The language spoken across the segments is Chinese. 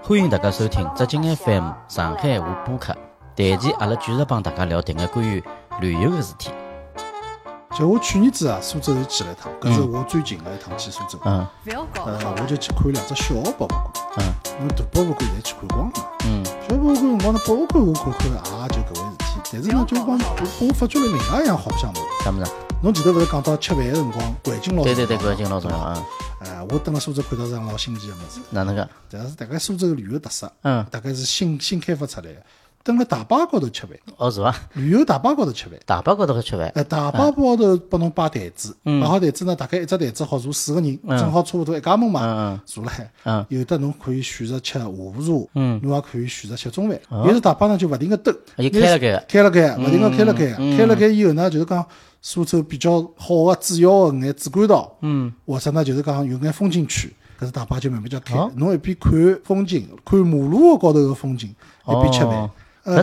欢迎大家收听浙江 FM 上海话播客。但期阿拉继续帮大家聊迭眼关于旅游个事体。就我去年子啊，苏州是去了一趟，搿是我最近个一趟去苏州。嗯不要搞呃，我就去看两只小博物馆，嗯因为大博物馆现在去看光了嘛。嗯小博物馆辰光呢，博物馆我看看也就搿回事体，但是呢，就帮我发觉了另外一样好相物。啥么子？侬前头勿是讲到吃饭个辰光，环境老对对对，重搿要已经老重要啊。呃，我蹲辣苏州看到桩老新奇个物事，哪能个？但是大概苏州个旅游特色，嗯大概是新新开发出来个。蹲辣大巴高头吃饭，哦是伐？旅游大巴高头吃饭。大巴高头去吃饭。呃，大巴高头帮侬摆台子，嗯摆好台子呢，大概一只台子好坐四个人，正好差勿多一家门嘛，坐辣海嗯。有的侬可以选择吃下午茶，嗯侬也可以选择吃中饭。有的大巴呢就勿停个兜，哦啊就开了盖嗯开了盖，勿停个开了盖，开了盖以后呢，就是讲苏州比较好个主要个眼主干道，嗯，或者呢就是讲有眼风景区。搿是大巴就慢慢叫开哦，侬一边看风景，看马路高头个风景，一边吃饭哦，呃，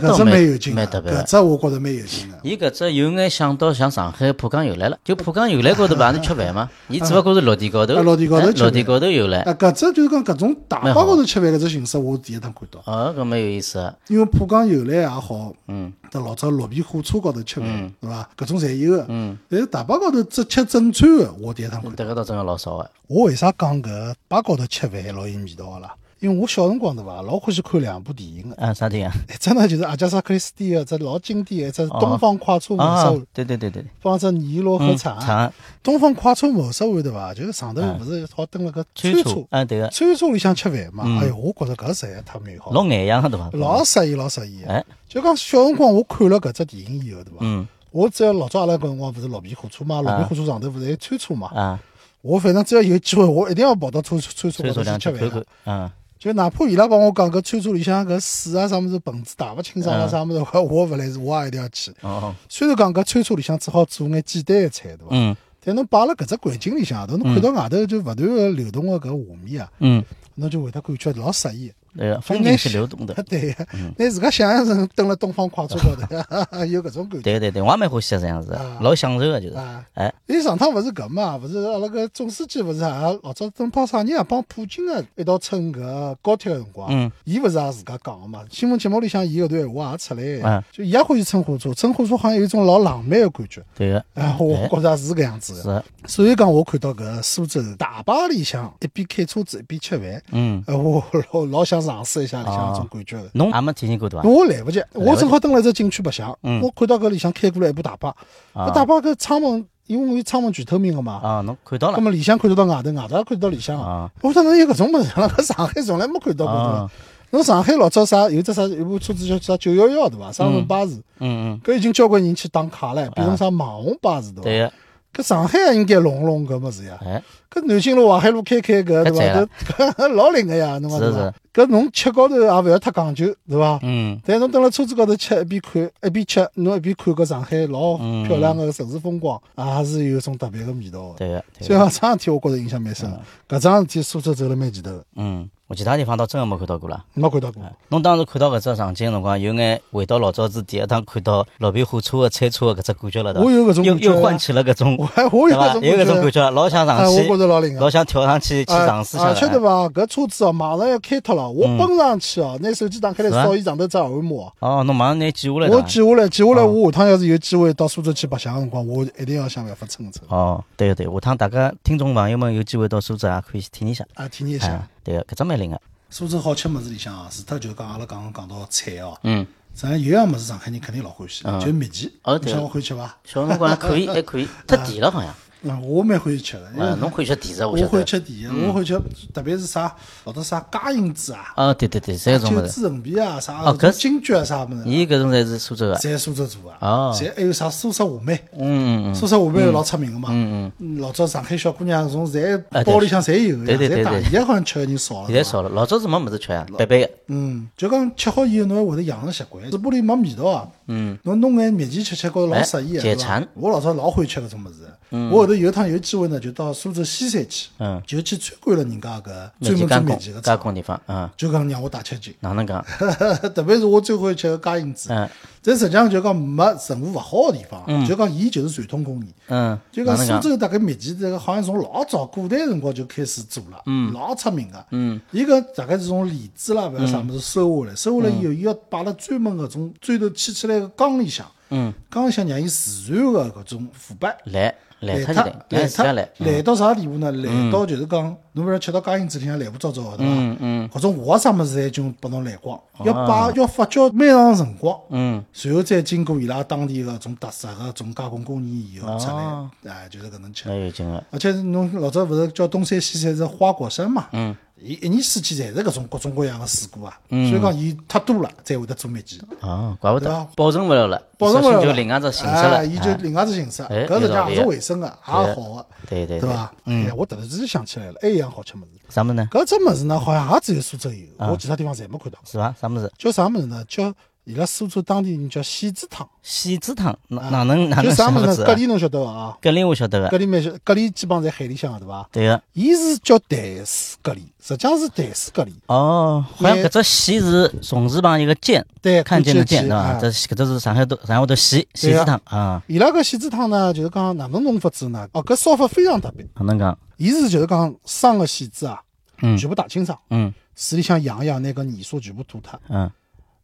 搿倒搿只蛮蛮有劲蛮个，特别的搿只我觉着蛮有劲个。伊搿只有眼想到像上海浦江游览了，就浦江游览高头勿也能吃饭吗？伊只勿过是陆地高头，嗯啊陆地高头哎吃饭陆地高头游览。啊，搿只就是讲搿种大巴蛮好高头吃饭搿只形式，我第一趟看到。哦，搿蛮有意思啊。因为浦江游览也好，嗯，得老早绿皮火车高头吃嗯饭，对伐？搿种侪有个，嗯。但是大巴高头只吃正餐个，我第一趟看到。迭个倒真个老少啊个。我为啥讲搿巴高头吃饭老有味道个啦？因为我小辰光对伐，老欢喜看两部电影个，啊，啥电影？ 一只呢就是阿加莎·克里斯蒂个，只老经典个，一只《东方快车谋杀哦啊案》，对对对对对。帮只《尼罗嗯，河哎惨案》。长东方快车谋杀案对伐？就是上头勿是好登了个川餐楚车，啊，对个，餐车里向吃饭嗯嘛。哎哟，我觉着搿实在太美好了。老眼痒个对伐？老适意，老适意。哎，就讲小辰光我看了搿只电影以后，对伐？嗯我只要老早阿拉搿辰光勿是绿皮火车嘛，绿啊皮火车上头勿是有餐车嘛？啊，我反正只要有机会，我一定要跑到餐餐车所以高说头两去去吃看看饭。啊，就哪怕伊拉帮我讲搿餐车里向搿水啊啥物事盆子大勿清爽啊嗯啥物事，我我勿来事，我也一定要去。哦，虽然讲搿餐车里向只好做眼简单的菜，对伐？嗯但侬摆辣搿只环境里向，头侬看到外头就勿断个流动个搿画面啊，嗯，侬就会得感觉老适意。，对个，呃风景是流动的对呀，嗯拿自家想象成蹲了东方快车高头， 有搿种感觉。对对对，我也蛮欢喜这样子的，老享受个就是啊，哎，伊上趟勿是搿嘛，勿是阿拉搿总书记勿是也老早跟帮啥人也帮普京啊一道乘搿高铁个辰光嗯，伊勿是也自家讲个嘛？新闻节目里向伊搿段闲话也出来嗯，就伊也欢喜乘火车，乘火车好像有一种老浪漫个感觉。对个，啊，我哎觉着也是搿样子是的。的，所以讲，我看到搿苏州大巴里向一边开车子一边吃饭，嗯，呃，我老老想尝试一下里向搿种啊感觉个。侬也没体验过对伐？我来不及，我不及正好蹲辣只景区白相，嗯我看到搿里向开过来一部大巴，啊搿大巴搿窗门，因为我有窗门全透明个嘛，啊，侬看到葛了末里向看得到外头，外头也看得到里向啊啊。我想侬有搿种物事，搿上海从来没看到过对伐啊？侬上海老早啥有只啥有部车子叫啥九幺幺对伐？啥文巴士，嗯嗯，搿已经交关人去打卡了，变成啥网红巴士对对伐？个，搿上海也应该弄弄搿物事呀。哎，搿南京路、淮海路开开搿对太伐？搿 老灵个呀，侬讲是对伐？搿侬吃高头也勿要太讲究对伐？嗯，但侬蹲辣车子高头吃，一边看一边吃，侬一边看搿上海老漂亮个城市风光，也是有一种特别个味道个。嗯对个，对嗯所个，以讲，桩事体我觉着印象蛮深的。搿桩事体苏州走了蛮前头的，嗯，我其他地方倒真个没看到过啦。没看到过。侬当时看到搿只场景的辰光，有眼回到老早子第一趟看到绿皮火车个餐车的搿只感觉了的，我有搿种又感觉啊又唤起了搿种 我，还我对有伐？搿有搿种种感感觉，觉，老想上哎，我去觉，着老灵老个。想跳上去去哎尝试一下而且对来。嗯伐？搿车子哦，马上要开脱了，我奔上去哦，拿手机打开来是吧扫伊上头只耳膜。哦，侬马上拿记下来我的啊。记下来，记下来，我下趟要是有机会到苏州去白相个辰光，我一定要想办法蹭一蹭，哦，对个对，下趟大家听众朋友们有机会到苏州也可以去体验一下。啊，体验一下哎。，对个，搿只蛮灵个。苏州好吃物事里向啊，除脱就是讲阿拉刚刚讲到菜哦，嗯，实际上有样物事上海人肯定老欢喜，就是蜜饯。哦你对想我欢喜吃伐？小辰光还 可以，还可以，太甜了好像。嗯，我蛮欢喜吃的，因嗯，为侬可以吃甜食，我我晓欢得。喜嗯吃甜的，我欢喜吃，特别是啥老早啥嘉应子啊、啊，对对对，侪种九物事，子陈皮啊、啥哦搿是金桔啊啥物事，伊搿种侪是苏州个。侪苏州做啊。哦侪还有啥苏式话梅，嗯嗯苏式话梅老出名个嘛。嗯嗯。老早上海小姑娘从侪啊对包里向侪有个对呀，对对侪大对现在好像吃个人少嗯，了。现在少了，老早是没物事吃啊呀，白白个。嗯，就讲吃好以后，侬还会得养成习惯，嘴巴里没味道啊。嗯，侬弄眼蜜饯吃吃，觉着老适意哎啊对解伐馋我老早老欢喜吃搿种物事，我后头有一趟有机会呢，就到苏州西山去，嗯，就去参观了人家搿密专集门加做工面筋个加厂，工地方，嗯，就讲让我大吃惊，哪能讲？ 特别是我最欢喜吃个加印子，嗯但实际上就讲没任何勿好的地方，就讲伊就是传统工艺。嗯，就哪讲能苏讲？州大概面筋这个好像从老早古代辰光就开始做了，嗯，老出名个，嗯，伊搿大概是从梨子啦，勿要啥物事收下来，收下来以后，伊要摆辣专门搿种最头砌起来个缸里向，嗯，缸里向让伊自然个搿种腐败来来烂脱脱就来，来嗯自脱家来，烂到啥地步呢？烂到就是讲，侬勿要吃到家印子里向烂不糟糟个，对伐？嗯嗯哦搿种活啥物事侪已经拨侬烂光，要摆要发酵蛮长辰光，嗯，随后再经过伊拉当地个种特色个种加工工艺以后出哦来，哎，就是搿能吃。那有劲个，而且侬老早勿是叫东山西山是花果山嘛？嗯，伊一年四季侪是搿种各种各样个水果啊，嗯所以讲伊太多了，才会得做蜜饯，哦，怪不对得吧保存勿了了，保证勿索了性了就另外只形式了哎，伊就另外只形式，哎搿实际有道哎理上也是卫生个，啊也好个，对对对对伐？嗯，我突然之间想起来了，还有一样好吃物事，啥么子呢？搿只物事呢好像也只有苏州有，啊我其他地方侪没看到。是伐？啥么子？叫啥物事呢？叫伊拉苏州当地人叫喜子汤，喜子汤哪哪能哪就能啊啥物想得事呢？子蛤啊？蜊侬晓得伐？啊，格林我晓得蛤个，蜊蛮晓，蛤蜊基本上在海里向个对伐？对个。啊伊是叫淡水蛤蜊，实际上是淡水蛤蜊。哦，好像那搿只喜是虫字旁一个见，对看见的见，对看见伐？啊这是搿只是上海都上海话头喜喜对字啊汤啊，伊拉搿喜子汤呢，就是讲哪能弄法子呢？哦，搿烧法非常特别。哪能讲？伊是就是讲生个喜子啊，嗯全部打清爽，嗯水里向养一养，拿搿泥沙全部吐脱。嗯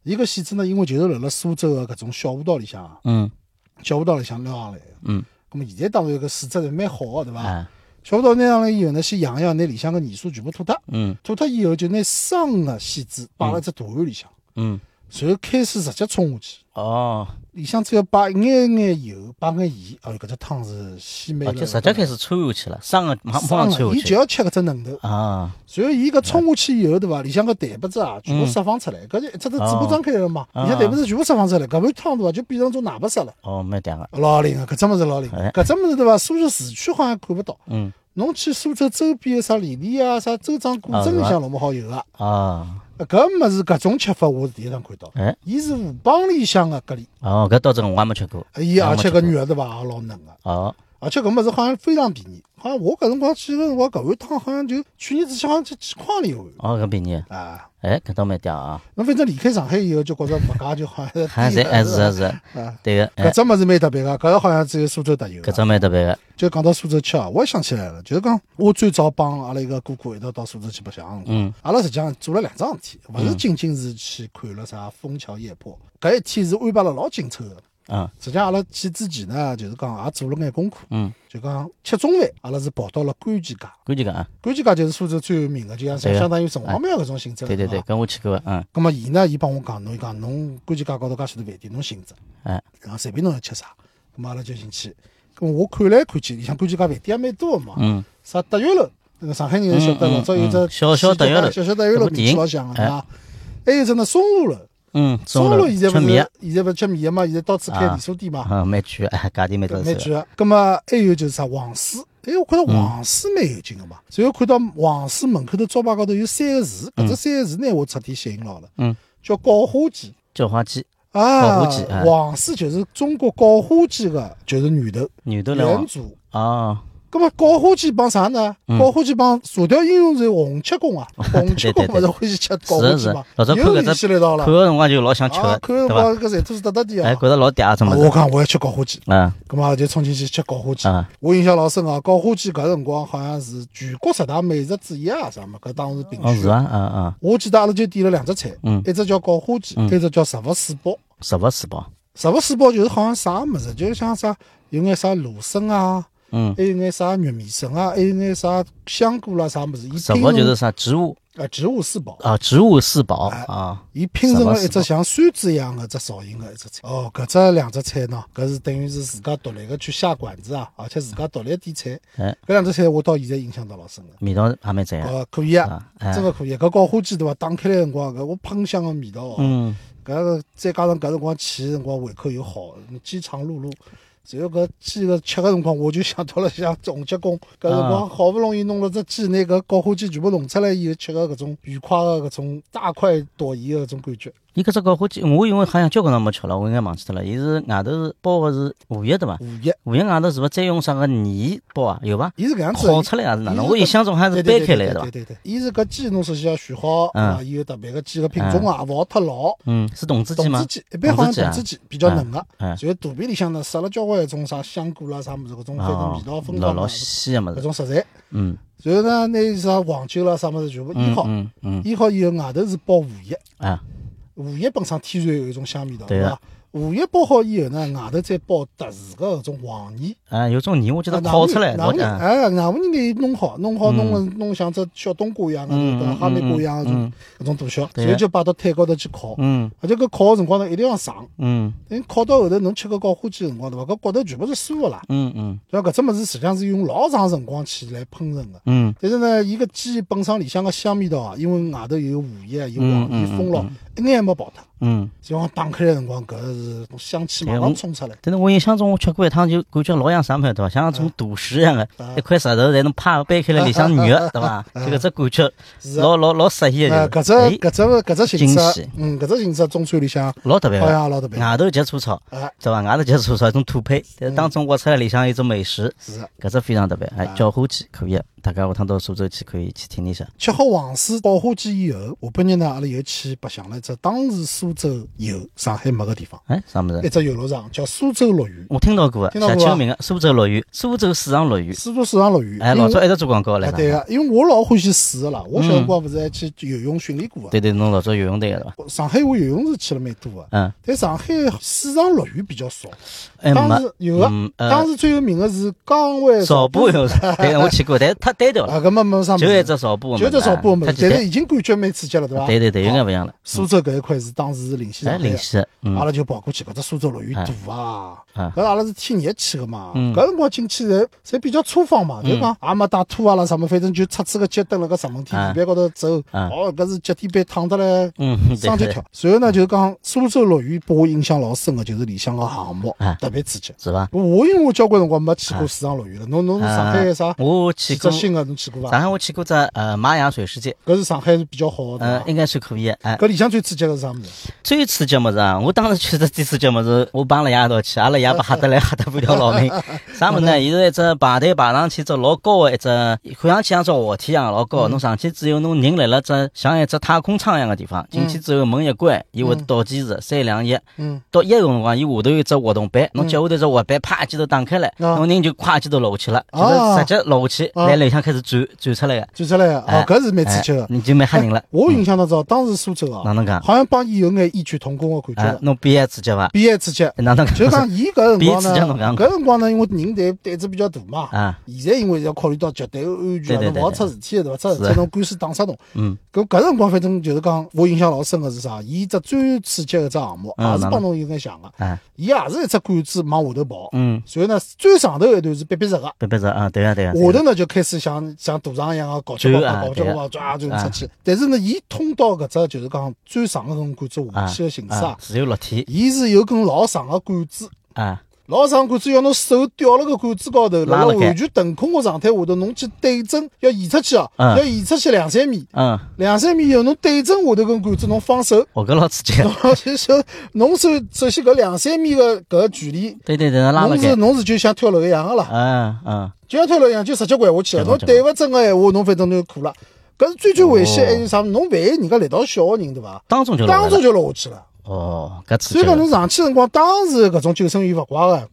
伊搿喜子呢，因为就是辣辣苏州个搿种小河道里向啊，嗯小河道里向捞上来个。嗯。咁么现在当然搿水质是蛮好个，对伐？啊小河道拿上来以后呢，先养一养，拿里向个泥沙全部吐脱，嗯吐脱以后就拿生个喜子摆辣只大碗里向，嗯随后开始直接冲下去。哦，里向只要摆一眼眼油，摆眼盐，哎呦，搿只汤是鲜美哦了。就直接开始穿下去了，上个马生马上了穿伊下去就要吃搿只嫩头。啊，随后伊搿冲下去以后，对伐？里向搿蛋白质啊，全部释放出来，搿就一只只嘴巴张开了嘛，嗯啊里向蛋白质全部释放出来，搿碗汤对伐？就变成种奶白色了。哦，蛮嗲个，老灵啊，搿只物事老灵哎，搿只物事对伐？苏州市区好像看不到。嗯侬去苏州周边的啥醴洱啊、啥州长古镇里向，拢么好有啊。啊，搿物事搿种吃法，我是第一趟看到。哎，伊是河浜里向个蛤蜊，哦，搿到这个我还没吃过，伊而且我没吃搿过肉对伐？也老嫩个。哦，而且搿物事好像非常便宜，好像我搿辰光去个辰光，搿碗汤好像就去年子去好像就几块钿一碗哦，搿便宜，啊。哎，搿倒蛮嗲啊，侬反正离开上海以后，就觉着物价就好像还是低了哎是啊是啊，啊。对个，哎搿，只物事蛮特别个，啊搿个好像只有苏州特有的。搿只蛮特别个，就讲到苏州去啊，我也想起来了，就是讲我最早帮阿拉一个哥哥一道到苏州去白相的辰光，嗯阿拉实际上做了两桩事体，勿是仅仅是去看了啥枫桥夜泊，搿一天是安排了老紧凑个。啊，实际上，阿拉去之前呢，就是讲也啊做了眼功课，嗯，就讲吃中饭，阿拉是跑到了官妓街，估计讲啊，官妓街就是苏州最有名的，就像对啊相当于城隍庙搿种性质了。对对对，吧。跟我去过，嗯，咁么伊呢，伊帮我讲，侬伊讲侬官妓街高头介许多饭店，侬寻着，哎，然后啊随便侬要吃啥，咁么阿拉就进去。咁我看来看去，里向官妓街饭店也蛮多的嘛，嗯，啥德月楼，那个上海人晓得嗯嗯老早有嗯只小小德月楼小小德月楼这部电名气影老响的，哎对伐？还有只呢松露楼，嗯，松楼现在吃勿面是，现在勿是吃面的嘛，现在到处开啊连锁店嘛。啊，蛮 贵，哎，价钿蛮搿合蛮适贵的，个。葛末还有就是啥黄书，哎，我觉嗯着黄书蛮有劲个嘛。随后看到黄书门口头招牌高头有三个字，搿只三个字呢，我彻底吸引牢了，嗯，叫叫花鸡叫花鸡，啊叫花鸡哎。黄书就是中国叫花鸡个，就是源头牛头来往元，祖。哦，葛末叫花鸡帮啥呢？嗯叫花鸡帮《射雕英雄传》洪七公啊，洪七 公对对勿是欢喜吃叫花是鸡是嘛，老早看又搿只联系了一看道了。个辰光就老想吃啊的，，看辰对伐？光搿舌头是得得的哎，啊觉。得老嗲这么我子，讲我要吃叫花鸡。啊咁嘛就冲进去吃搞花鸡啊。我印象老深啊，搞花鸡搿辰光好像是全国十大美食之一啊，啥么？搿当时评哦是选。伐？啊啊，我记得阿拉就点了两只菜嗯，一只叫搞花鸡，一只叫十物水包。十物四宝，十物水包就是好像啥物事，就是像啥有眼啥芦笋啊，嗯，还有眼啥玉米笋啊，还有眼啥香菇啦啥物事，伊十拼物就是成啥植物啊植物水包。啊，植物四宝哎啊，伊拼成了一十物只四像扇子一样的只造型的一只菜。哦，搿只两只菜呢，搿是等于是自家独立个去下馆子啊，而且自家独立点菜。哎搿两只菜我到现在印象倒老深个。味道也蛮赞啊，哦，可以啊啊，哎真个可以。搿搞花鸡对伐？打开来辰光，搿我喷香个味道哦。嗯，搿个再加上搿辰光去的辰光胃口又好，饥肠辘辘。然后搿鸡个吃个辰光，我就想到了像总结工，搿辰光好不容易弄了只鸡，拿搿搞花鸡全部弄出来以后，吃个搿种愉快个搿种大快朵颐个搿种感觉。伊搿只搞花鸡，我因为好像交关辰光没吃了，我应该忘记脱了。伊是外头是包个是荷叶对伐？荷叶，荷叶外头是勿是再用啥个泥包啊？有伐？伊是搿样子的，烤出来啊还是哪能？伊我印象中好像是掰对对开对来对的对伐？对对，伊是搿鸡侬首先要选好，嗯啊，伊有特别个鸡个品种啊，勿好太老。嗯，是童子鸡筒吗子？鸡一般好像筒筒子子鸡比较嫩个，啊嗯然嗯后肚皮里向呢塞了交关一种啥香菇啦啥物事，搿种反正味道哦，芬老芳老嘛，稀个物搿事。种食材。嗯然后呢，拿啥黄酒啦啥物事全部腌好，嗯嗯腌好以后外头是包荷叶，啊，荷叶本身天然有一种香味道，对啊对的伐？荷叶包好以后呢，外头再包特殊个搿种黄泥，呃啊，有种泥我记那得烤出来，啊外我头讲，哎，外头你弄好，弄好弄了弄像只小冬瓜一样的，嗯对伐？嗯哈密瓜一样的搿嗯种搿种大小，对然后就摆到炭高头去烤，嗯而且搿烤个辰光呢一定要上。嗯因烤到后头，侬吃个搞花鸡辰光对伐？搿骨头全部是酥个啦。嗯嗯对伐？搿只物事实际上是用老长辰光去来烹饪个。嗯但是呢，伊个鸡本身里向个香味道啊，因为外头有荷叶、有黄嗯泥嗯嗯封牢，一眼也没跑脱。嗯。就往打开来辰光，搿是香气马对哎我上冲出来。但是我印象中我吃过一趟，就感觉老像啥物事对伐？像嗯种大石一样的，啊一块石头，侪能啪掰开来里向肉对伐？ 就搿只感觉老老老适意呃，的，啊搿就只是哎搿只搿只形惊式喜，啊嗯，搿只形式中餐里向老特别好的。像也老特别。外头结粗糙，哎，对伐？外头结粗糙，一种土胚，嗯但是当中挖出来里向有一种美食，是搿只非常特别。哎，啊叫花鸡可以，大家下趟到苏州去可以去听一下。吃好黄水爆花鸡以后，下半日呢，阿拉又去白相了一只当时苏州有上海没个地方，哎，啥物一事？只游乐场叫苏州乐园。我听到过，听到想过起个啊名字，苏州乐园，苏州水上乐园。苏州水上乐园，哎，因为老早一直做广告来哎着。对个，因为我老欢喜水个啦，我小辰光勿是还去游泳训练过个。啊对对，侬老早游泳队个对伐？上海我游泳是去了蛮多个，嗯，但上海水上乐园比较少。哎当没时，有个嗯，呃当时最有名个是江湾少步步游， 对，我去过，但是太单调了，啊，搿么没啥物事，就一只少步，就一只少步没太没事，简但是单。已经感觉蛮刺激了，对伐？对对对，有眼勿一样了。苏州搿一块是当时是领先哎，上海灵的。犀，阿嗯，哎拉就跑过去，搿只苏州乐园大啊！嗯搿阿拉是天热去个嘛，搿辰光进去侪侪比较粗放嗯嘛，就讲也没带拖啊啦啥么，反正就赤赤个脚蹬辣个石门嗯天地板高头走，嗯哦，搿是脚底板烫得来嗯对双脚跳。随后呢，就讲苏州乐园拨我印象老深个，就是里向个项目嗯特别刺激。是伐？我因为我交关辰光没去过水上乐园了，侬侬上海有啥啊？我去几过只新个侬去过上伐？海，我去过只呃玛雅水世界，搿是上海是比较好个呃，对伐，应该算可以的。哎，搿里向最刺激个是啥物事？最刺激么子啊！我当时去的第一次节么子，我帮阿拉爷一道去，阿拉爷把吓得来吓得半条老 命。啥么子呢？伊是一只排队排上去，只老高的一只，看上去像只滑梯一样老嗯高。侬上去之后，侬人来了只像一只太空舱一样的地方，进去之后门一关，伊会倒计时三两一。嗯，到一个辰光，伊下头有一只活动板，侬脚下头只滑板啪一记头打开来，啊侬人就咵一记头落下去了，就啊是直接落下去，啊来里向开始转转出来个。就出来个哎哦，搿是蛮刺激哎个。你就蛮吓人 了嗯哎。我印象当中，当时苏州哪啊，能讲？好像帮伊有眼异曲同工个感啊觉，个，侬毕业刺激伐？比还 刺激。哪能就讲？讲伊搿比辰刺激光侬呢，讲搿辰光呢，因为人胆胆子比较大嘛。啊，现在因为要考虑到绝对安全对啊，对侬对勿好出事体的对伐？出事是体侬官司打杀侬。嗯。搿搿辰光反正就是讲，我印象老深个是啥？伊只最刺激个只项目，嗯也是哪能帮侬有眼像个。啊，伊也是一只杆子往下头跑，嗯，然后呢，最上头一段是逼逼直个，别别是啊，对啊对啊。对啊下头呢就开始像像赌场一样个搞结搞转啊搞结对啊搞抓就出去。但是呢，伊通到搿只就是讲最上个根杆子下啊去个形式啊啊，，只有落体伊是有根老长个杆子，啊，老长杆子要侬手吊辣个杆子高头，拉辣辣辣盖完全腾空个状态下头，侬去对准要移出去啊，嗯要移出去两三米，嗯，两三米以后侬对准下头根杆子，侬放手。 我搿老刺激。侬就说，侬首首先搿两三米个搿距离，对对对，拉了侬是盖。侬是就像跳楼一样个啦，嗯嗯，就像跳楼一样，就直接掼下去了。对侬对对勿准个闲话，侬反正侬就苦了。搿是最最危险，哦还有啥？侬万一人家力道小个人，对伐？当中就落当来中了。就落下去了。哦，搿刺所激以讲，了。侬上去辰光，当时搿种救生员勿怪个，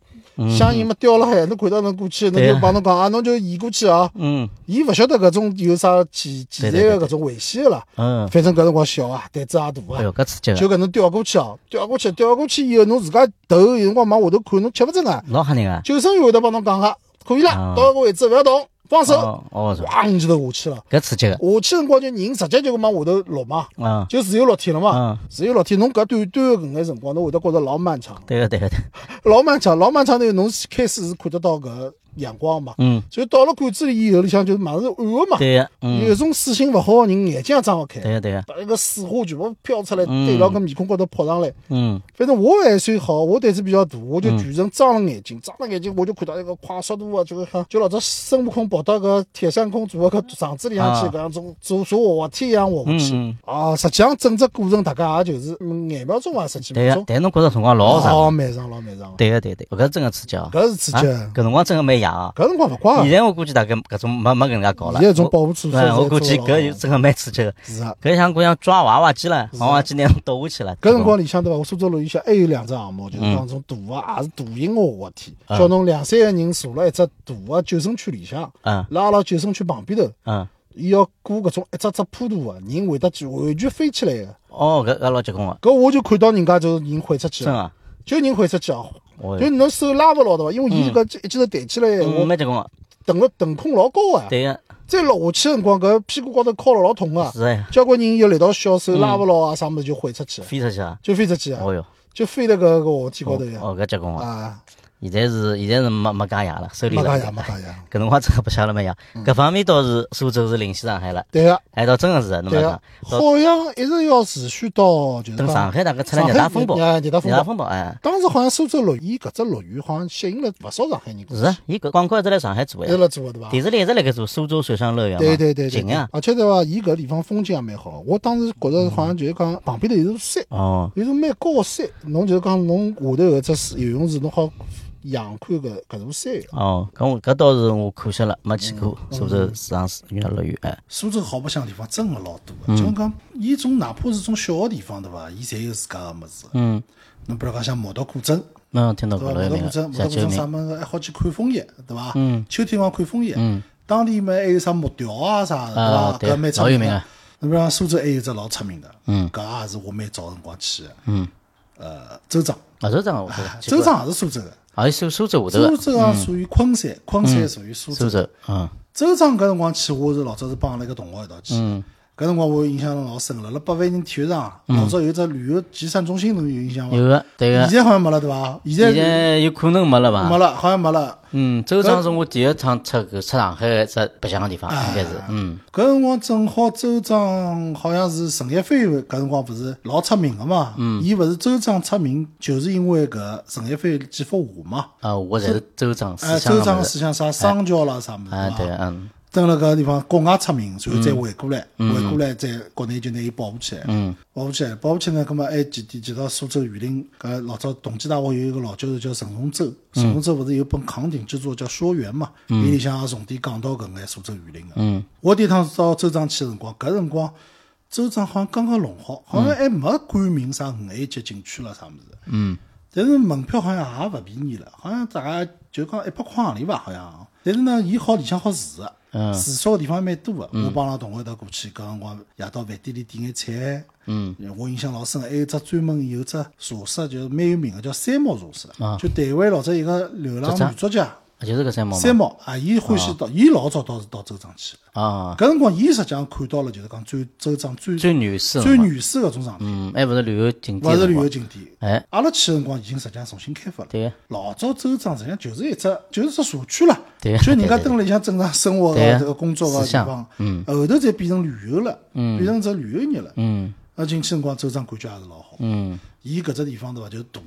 像伊么吊了海，侬看到侬过去，侬嗯对啊就帮侬讲啊，侬就移过去啊。嗯伊勿晓得搿种有啥潜潜对对在对个搿种危险个啦。嗯，反正搿辰光小啊，胆子也大哎啊呦，。搿刺激就了，搿能吊过去哦，吊过去，吊过去以后，侬自家头有辰光往下头看，侬吃勿准啊。老吓人啊。救生员会得帮侬讲个，可以啊了，到搿个位置勿要动，放手，哦哦，是吧哇，一记头下去了。搿刺激个。下去辰光就人直接就往下头落嘛，嗯，就自由落体了嘛啊。自由落体，侬搿短短个搿眼辰光，侬会得觉着老漫长，啊对个对个对。老漫长，老漫长头，侬开始是看得到搿阳光嘛，嗯，所以到了管子里以后，里向就是马上是暗个嘛，对个，嗯，有种水性勿好个人眼睛也张勿开，对啊嗯个对个，把那个水花全部飘出来，对牢个面孔高头泼上来。嗯反正我还算好，我胆子比较大，我就全程张了眼睛，张了眼睛我就看到一个快速度啊，就像就老早孙悟空跑到个铁扇公主个场子里向去，啊搿样种坐坐滑滑梯一样滑下嗯去。嗯，啊，实际上整只过程大家也就是嗯廿秒钟伐，十几对秒个钟，，但侬觉着辰光老啊老长，漫长老漫长。对啊个对对，搿真个刺激哦，哦搿是刺激，啊搿辰光真个蛮野哦。搿辰光勿怪现啊，在我估计大概搿种没没搿能介搞了。现在种我保护措施对，啊侪我估计做得老搿有好真个蛮刺激个。是啊。搿像搿像抓娃娃机了，娃娃机拿侬抖下去了。搿辰光里向对伐？我苏州路里向还有两只项目，就是嗯讲种大个，也是大型个滑滑梯，叫侬两三个人坐辣一只大个救生圈里向，嗯拉到救生圈旁边头，嗯，伊要过搿种一只只坡度个，人会得去完全飞起来个。哦，搿搿老结棍个，搿我就看到人家就是人毁出去真哦了，个，就人毁出去啊，我就侬手拉勿牢对伐？因为伊搿只一记头抬起来，嗯我蛮结棍个，腾个腾空老高个，对个，再落下去辰光搿屁股高头敲了老痛个，是哎，交关人有力道小，手拉勿牢啊，啥物事就毁出去了，飞出去啊，就飞出去啊，哦哟，就飞到搿个滑梯高头呀。哦搿结棍个，啊，现在是现在是没没加牙了，手里没了。讲呀，没讲呀。 搿辰光真个白相了没有？嗯搿方面倒是苏州是领先上海了，对个，哎，倒真个是，侬勿对要个讲，，到好像一直要持续到就是等上讲，海大概出了热带风暴，上海热热带风暴热带风暴，哎，当时好像苏州乐园搿只乐园好像吸引了勿少上海人过是去，啊，伊搿广告一直来上海做一哎直，辣做个对伐？电视里一直辣搿做苏州水上乐园嘛，啊对对对对近对呀，，而且对伐？伊搿地方风景也蛮好。我当时觉着好像就是讲旁边头有座山，哦，有座蛮高个山，侬就是讲侬下头有一只水游泳池，侬好仰看搿搿座山。哦，搿我搿倒是我可惜了，没去过嗯苏州水上娱乐乐园，哎，苏州好白相地方真个老多个，嗯就是讲伊种哪怕是种小个地方对伐？伊侪有自家个物事。嗯，侬比如讲像毛头古镇，嗯，听到对啊过伐？老有毛头名古了，镇，毛小啊头古九镇名啥，么子还好去看枫叶，对伐？嗯，秋天光看枫叶，嗯，当地嘛还有啥木雕啊啥的，啊伐？对搿蛮出老有名名的啊。侬比如讲苏州还有只老出名的，嗯，搿也是我蛮早辰光去的，嗯，呃，州长，啊，州长我知道，州长也是苏州的，啊，伊苏苏州下头苏的，州啊属于昆山，昆山属于苏苏州。州，嗯，州长搿辰光去，我是老早是帮阿拉一个同学一道去，嗯搿辰光我印象老深了。辣八万人体育场，老早有只旅游集散中心，侬有印象伐？有个，对个嗯现，在好像没了对伐？现现在在有可能没了吧没？了，好像没了。嗯，周庄是我第一趟出去出上海的一只白相的地方，啊应该是，嗯，搿辰光正好周庄好像是陈一飞，搿辰光勿是老出名个嘛？嗯伊勿是周庄出名，就是因为搿陈一飞几幅画嘛。啊，我侪是周庄思哎，想周的庄物个事，思想啥商教啦啥物事啊，嘛对，，嗯，蹲辣搿个地方国外出名，然后再回过来，回过来再国内就拿伊保护起来，保护起来，保护起来呢，哎葛末还提提提到苏州榆林，搿老早同济大学有一个老教授叫陈洪洲，陈洪洲勿是有本扛鼎之作叫《说园》嘛，伊里向也重点讲到搿眼苏州榆林个。我第一趟到州长去个辰光，搿辰光。州长好像刚刚弄好，好像还没冠名啥五 A 级景区了啥物事。嗯。但是门票好像也勿便宜了，好像大概就讲一百块行钿吧，好像。但是呢，伊好里向好住个，嗯住宿个地方蛮多个。我帮阿拉同学一道过去，搿辰光夜到饭店里点眼菜。嗯，我印象老深个，还有只专门有只茶室，就是蛮有名个，叫三毛茶室。就台湾老早一个流浪女作家啊就是搿三毛嘛，三毛啊，伊欢喜到，伊老早到到州长去了。啊，搿辰光伊实际上看到了，就是讲最州长最最原始的最嘛，原始搿种场地，嗯，还勿是旅游景勿点是的旅嘛，游景点。哎，阿拉去的辰光已经实际上重新开发了。对个，老早州庄实际上就是一只，就是只社区了，对就人对家对蹲了里向正常生活对个这个工作个思地想嗯方，后头才变成旅游了，变成只旅游业了。嗯，那进去辰光州庄感觉也是老好。嗯，伊搿只地方对伐，就是大，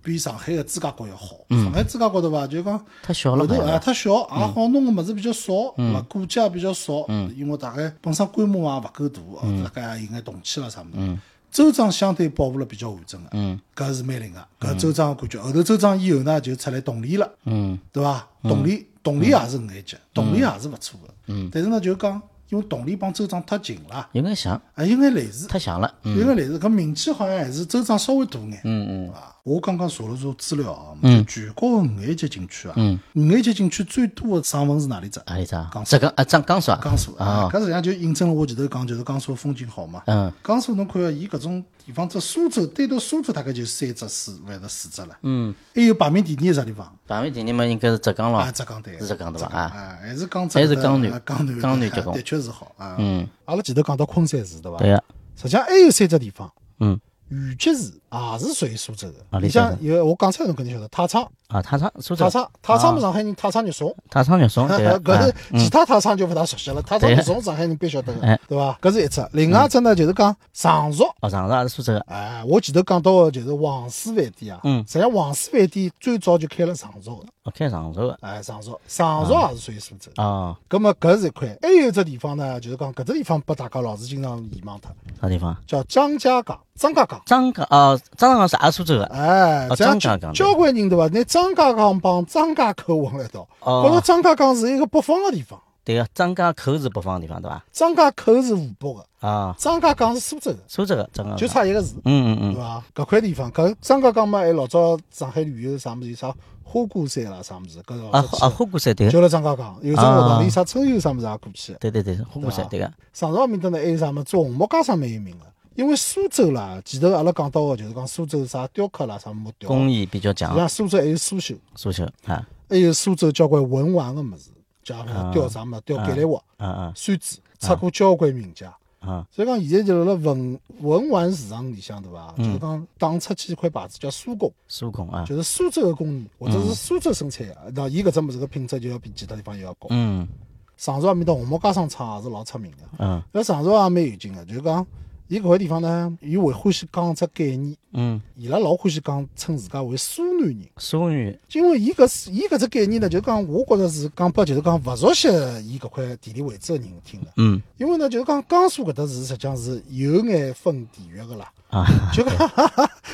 比上海个朱家角要好。嗯上海朱家角对伐，就是讲。太小了嗯后头嘛，啊，太小，也好弄个物事比较少，对伐？顾家也比较少，嗯因为大概本身规模也勿够大，哦，大概也有眼动迁了啥物嗯事。州长相对保护了比较完整个，搿是蛮灵个，嗯搿州长感觉。后头州长以后呢，就出来动力了，嗯对伐？动力动力也是五 A 级，动力也是勿错个，嗯但是呢，就讲因为动力帮州长太近了，有眼像，啊，有眼类似，太像了，有眼类似，搿名气好像还是州长稍微大眼。嗯嗯。啊，我刚刚查了查资料啊，就全国个五 A 级景区啊，五 A 级景区最多个省份是哪里只？阿里张，江浙江啊，江江苏啊，江苏啊啊，，搿实际上就印证了我前头讲，就是江苏风景好嘛。嗯，江苏侬看啊，伊搿种地方，只苏州单独苏州大概就三只四或者四只了。嗯，还有排名第二是啥地方？排名第二嘛，应该是浙江啊，咯，浙江对，是浙江对伐？啊，啊，还是江浙，还是江南啊江南，江南结啊棍的确是好啊。嗯，阿拉前头讲到昆山市对伐？对个，实际上还有三只地方，嗯，余吉市、也是属于苏州啊的。里你向像有我讲出来侬肯定晓得，太仓、啊，塔仓苏州太仓、太仓么啊上海人，太仓肉松。塔仓肉 松对个搿是啊其他太仓就勿大熟悉了，太仓对啊肉松上海人必须晓得哎嗯个，对伐？搿是一只。另外一只呢，就是讲常熟。哦，长沙也是苏州的，哎，我前头讲到个就是王氏饭店啊，嗯实际上王氏饭店最早就开了常熟的，哦，开常州的哎，常熟，常熟啊也是属于苏州。哦，咁么搿是一块，还有一只地方呢，就是讲搿只地方被大家老是经常遗忘脱，啥地方？叫张家港、张家港。张家哦，张家港是也是苏州的，哎，哦这样张家交港对交关人对伐？拿张家港帮张家口混了一道，哦觉着张家港是一个北方个地方，对个，张家口是北方地方对伐？张家口是湖北个，啊，张家港是苏州个，苏州的张家就港，差一个字，嗯嗯对嗯，伐？搿块地方，搿张家港嘛，还老早上海旅游啥物事，有啥花果山啦啥物事，搿啊老啊，早去花果山对嗯啊就个，辣张家港，有种活动，有啥春游啥物事也过去。对对对，花果山对个，上朝面搭呢，还有啥么？做红木家商蛮有名个，因为苏州啦，前头阿拉讲到个，就是讲苏州啥雕刻啦，啥木雕，工艺比较实际强，上苏州还有苏绣，苏州啊，还有苏州交关文玩个物事，像啊雕啥么，雕橄榄核、啊啊扇子，出过交关名家。啊，所以讲，现在就辣辣文文玩市场里向，对伐？嗯就是讲打出去一块牌子叫苏工，苏工啊，就是苏州个工艺，或者嗯是苏州生产个。那伊搿只物事个品质就要比其他地方要高。嗯上朝面搭红木家商厂也是老出名个。嗯搿常熟也蛮有劲个，就是讲，伊搿块地方呢，伊会欢喜讲一只概念，嗯，伊拉老欢喜讲称自家为苏南人，苏语因为伊搿伊搿只概念呢，就是讲，我觉着是讲拨就是讲勿熟悉伊搿块地理位置个人听个，嗯因为呢，就是讲江苏搿搭是实际上是有眼分地域个啦，啊，就讲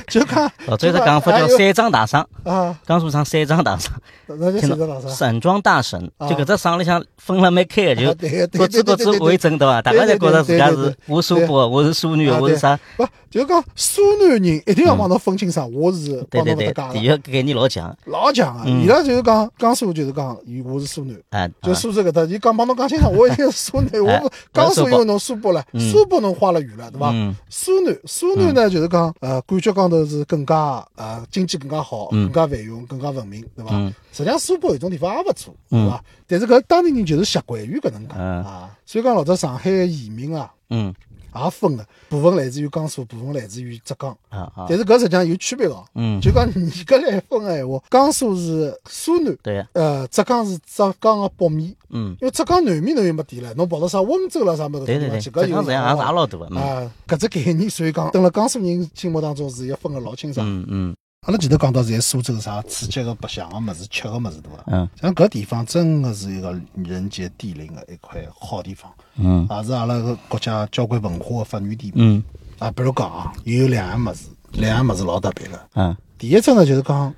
就讲， 老早有只哦讲法叫就讲三张大省，哎呦啊，江苏省三张大省，那就听晓得到了啥？省装大省，就啊搿只省里向分了蛮开个，就啊对对对各自各对对自对对为政对伐？大家侪觉着自家对对是对我苏北，我是苏女，啊我是啥？不，就是讲苏南人一定要帮侬分清爽，我是对帮对侬搿对，嗯搭地界域概念老强，个，老强啊个，伊拉就是讲江苏就是讲，伊我是苏南。哎，就啊苏州搿搭，伊讲帮侬讲 清爽，我已经是苏南，我不江苏因为侬苏北了，苏北侬花了远了，对伐哎嗯？苏南，苏南呢就是讲，呃，感觉高头是更加呃经济更加好，更加繁荣，更加文明，对伐嗯？实际上苏北有种地方也勿错，对伐？但是搿当地人就是习惯于搿能介嗯啊，所以讲老早上海个移民啊嗯也分个，部分来自于江苏，部分来自于浙江。啊啊，但是搿实际上有区别个，嗯就讲你搿来分个闲话，江苏是苏南，对个，呃，浙江是浙江个北面，嗯，因为浙江南面侬又没地了，侬跑到啥温州啦啥么子对地对方对，去，浙搿江有实际上也是也老大个，嗯啊，搿只概念，所以讲，等辣江苏人心目当中是要分个老清爽。嗯嗯阿拉前头讲到现在苏州啥刺激个白相个物事、吃个物事，对伐？嗯像搿地方真个是一个人杰地灵个一块好地方，啊嗯也是阿拉个国家交关文化个发源地。嗯啊，比如讲啊，有两样物事，两样物事老特别个。嗯，第一只呢就是讲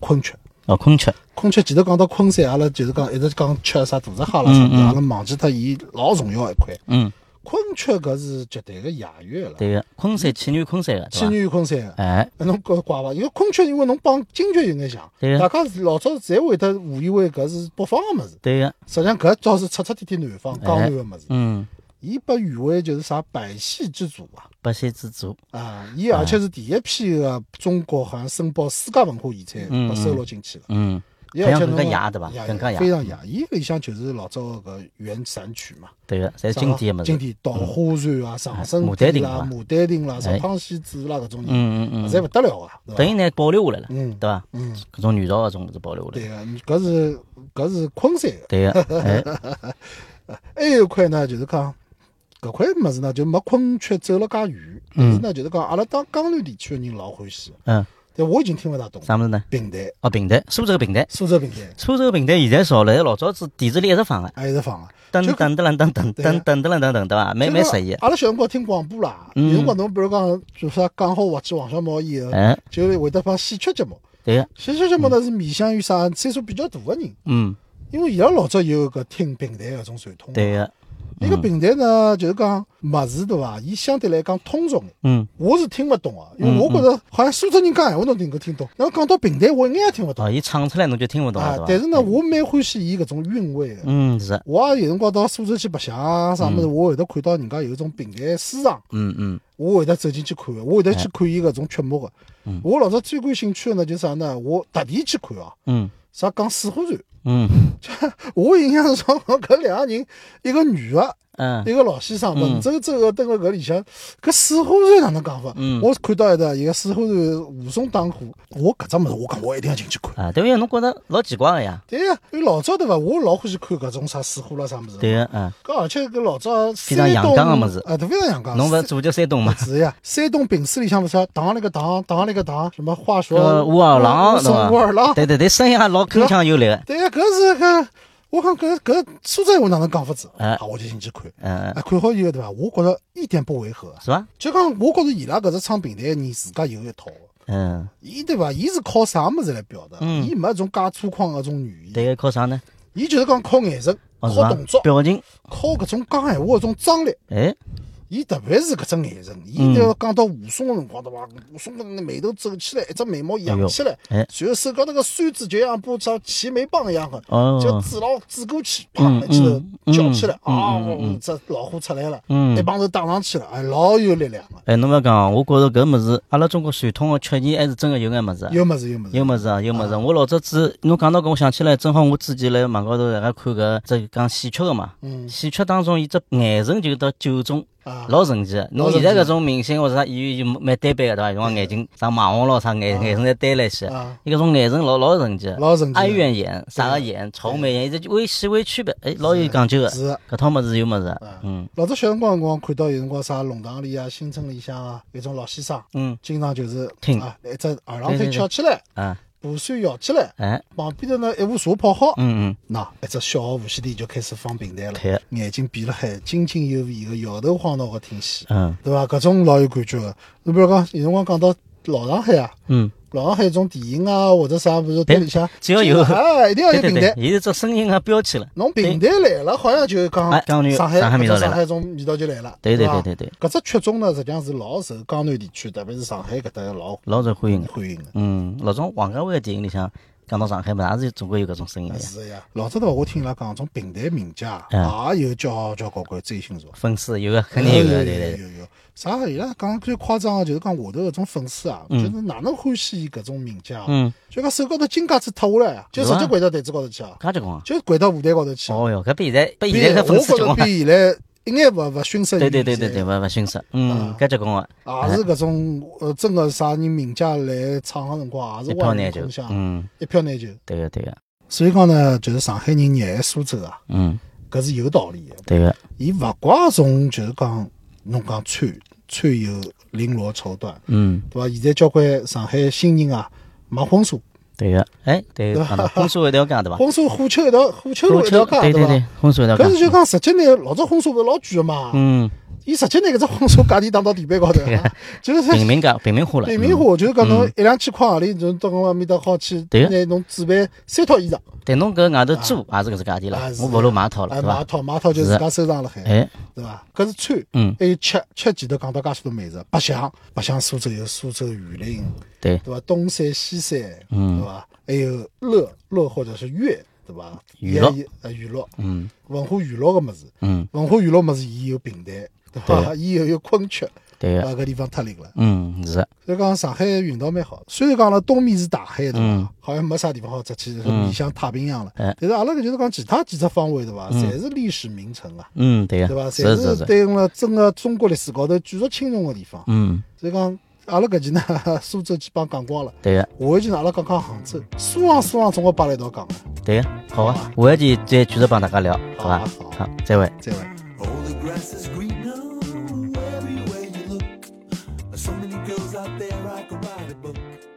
昆曲，哦，昆曲，昆曲前头讲到昆山，阿拉就是讲一直讲吃啥大闸蟹啦啥物事，阿拉忘记脱伊老重要一块。嗯，昆曲搿是绝对个野乐了，对个，昆山起源于昆山个，起啊对伐？源于昆山个。哎，哎侬觉怪伐？因为昆曲因为侬帮京剧有眼像对，啊大家老早侪会得误以为搿是北方个物事，对个，实际上搿倒是彻彻底底南方哎江南个物事。嗯，伊被誉为就是啥百戏之祖啊！八仙之祖，啊，伊而且是第一批个中国好像申报世界文化遗产嗯被收录进去个。嗯，伊而且好像侬更加野对伐更加野非常野。伊里向就是老早个原散曲嘛，对个，侪是呃经典个物经事，典桃花扇啊、长嗯哎生牡丹亭啦嘛、牡丹亭啦、哎什胖西子啦搿种人，嗯嗯侪嗯，勿得了啊，等对伐？于呢保留下来了，嗯对伐？嗯，搿种女道搿种是保留下来对个，啊搿是搿是昆山个。 对个，哎，还有一块呢，就是讲搿块物事呢，就没昆曲走了介远，但是呢，就是讲阿拉当江南地区个人老欢喜，嗯，但我已经听勿大懂。啥物事呢？平台，哦，平台，苏州个平台，苏州平台。苏州个平台现在少了，老早子电视里一直放个，还有得放啊，噔噔噔噔噔噔噔噔噔噔噔，对伐？蛮蛮适意，嗯阿拉小辰光听广播啦，有辰光侬比如讲做啥讲好话去王小毛以后，哎，嗯就会得放戏曲节目。对个，戏曲节目呢是面向于啥岁数比较大个人，嗯，因为伊拉老早有搿听平台搿种传统。对嗯个，伊个平台呢，就是讲物事对伐？伊相对来讲通俗眼。嗯，我是听勿懂啊，因为我觉着好像苏州人讲闲话侬能够听懂，然后讲到平台我一眼也听勿懂哦，伊唱出来侬就听勿懂啊了，。对但伐？是呢，我蛮欢喜伊搿种韵味个。嗯，是，我也有辰光到苏州去白相啊，啥物事，我会得看到人家有一种平台私场，嗯嗯我会得走进去看的，我会得哎去看伊搿种曲目个。嗯我老早最感兴趣个呢，就是啥呢？我特地去看哦，嗯啥讲水浒传，嗯，我印象中搿两个人，一个女个，嗯一个老先生文绉绉个蹲辣搿里向，搿水花船哪能讲法？嗯我看到一搭一个水花船武松打虎，我搿只物事我讲我一定要进去看。啊，对呀，侬觉得老奇怪个呀？对呀，因为老早对伐？我老欢喜看搿种啥水花啦啥物事。对个，嗯，搿而且搿老早非常阳刚个物事啊，对，非常阳刚。侬勿是左脚山东嘛？是呀，山东评书里向勿是打了个打，打了个打，什么化学呃，武二郎什对么武二郎伐？，对对对，声音也老铿锵有力个。对呀，搿是搿，我讲搿搿苏州话哪能讲法子？哎啊，我就进去看，嗯，啊，看好以后对伐？我觉着一点不违和啊，是伐？就讲我觉着伊拉搿只唱评弹的人自家有一套的，嗯，伊对伐？伊是靠啥物事来表达？伊没种介粗犷的种语言，对个，靠啥呢？伊就是讲靠眼神、哦，是靠动伐？作、表情，靠搿种讲闲话的种张力。哎，伊特别是搿只眼嗯神，伊要讲到武松个辰光，对伐？武松搿能眉头皱起来，一只眉毛扬起来，哎呦哎然后手高头个扇子就像把像齐眉棒一样个，哦就指牢指过去，啪嗯，一记头嗯搅起来，嗯啊嗯嗯，这老虎出来了，嗯一帮头打上去了，哎，老有力量个，哎，侬勿要讲，我觉着搿物事，阿拉中国传统个曲艺还是真个有眼物事啊。有么子有么子有，么子啊，有么子啊。我老早子，侬讲到搿，我想起来，正好我之前辣网高头辣盖看搿只讲戏曲个嘛，嗯戏曲当中伊只眼神就到九中啊，老神奇的。侬老现神在搿奇种明星或者啥演员就蛮单板个对伐？辰光眼睛啥马红咯啥眼眼神侪单来些啊，伊搿种眼神老老神奇的。老神奇哀的，怨眼啥个眼，愁眉眼，伊只微细微区别，哎，老有讲究个。是的。搿套物事有物事啊，嗯老早小辰光辰光看到有辰光啥弄堂里啊、新村里向啊，有种老先生，嗯经常就是听啊，一只二郎对对腿对翘起来，啊，把扇摇起来，哎，旁边头呢一壶茶泡好，嗯嗯，那一只小个无线电就开始放平台了对，眼睛闭了海，津津有味个摇头晃脑个听戏，嗯对伐？搿种老有感觉个。侬比如讲，有辰光讲到老上海啊，嗯，老上海种电影啊或者啥，勿对是店里向只要有哎，一定要有 对对平对台，。伊是做声音个标签了。侬平台来了，好像就讲哎江南上海上海味道搿只来了上海种味道就来了，对对伐对对对。搿只曲种呢，实际上是老受江南地区，特别是上海搿搭老老受欢迎的。欢迎个。嗯，老早王家卫的电影里向讲到上海嘛，也是总归有搿种声音的呀，啊是呀，老早头我听伊拉讲，种平台名家嗯也有交交关关追星族。粉丝有个肯定有个，对对哎有对。有有，啥伊拉讲最夸张的就是讲下头搿种粉丝啊，就是哪能欢喜伊搿种名家啊，嗯，就讲手高头金戒指脱下来啊，就直是接伐掼到台子高头去啊，介结棍啊！就掼到舞台高头去啊。哦哟，搿比现在比比现在搿粉我丝觉结着棍啊！比现在一眼勿勿逊色于对现对在。对对对，勿勿逊色。嗯，搿结棍啊！也是搿种呃，真个啥人名家来唱个辰光，也一是票万难人求空巷，，嗯，一票难求。对个对个，所以讲呢，就是上海人热爱苏州啊，嗯，搿是有道理的。对个，伊勿怪从就是讲侬讲穿穿有绫罗绸缎，嗯，对伐？现在交关上海新人啊，买婚纱，对个。哎，对， 对讲到婚纱一条街对伐？婚纱火车一条，火车婚路一条纱街，啊对对对伐？，婚纱一条搿是街。就讲直接拿老早婚纱勿是老贵个嘛， 嗯，伊直接拿搿只婚纱价钿打到地板高头，啊就是平民街，平民化了。平民嗯。化，就是讲侬一两千块行钿，侬到我埃面搭好去对啊拿侬准备三套衣裳，嗯对，侬搿外头租也是搿只价钿了啊啊，是我勿如买一套了，哎，对买一伐？套买一套就是自家收藏辣海，哎，对伐？搿是穿，嗯还有吃，吃前头讲到介许多美食，白相，白相苏州有苏州园林，对，对伐？东山西山，嗯对伐？还有乐乐或者是乐，对伐？娱乐也有，呃，娱乐，嗯文化娱乐个物事，嗯，文化娱乐物事，伊有平台，对伐？伊又有昆曲，对啊，个，搿地方太灵了。嗯是的，所以讲上海运道蛮好，虽然讲了东面是大海，对伐？好像没啥地方好出去，面向太平洋了。嗯哎但是阿拉搿就是讲其他几只方位，对伐？侪是历史名城啊，嗯对对伐？个，是侪的是的是是的。对应了整个中国历史高头举足轻重个地方。嗯，所以讲阿拉搿期呢， 苏州基本上讲光了。对个，下一期呢，阿拉讲讲杭州，苏杭苏杭总归摆辣一道讲个，对个，好啊，下一期再继续帮大家聊，好吧？好啊好好，再会。再会。 Oh, the grass is greener everywhere you look. There's so many girls out there I could write a book.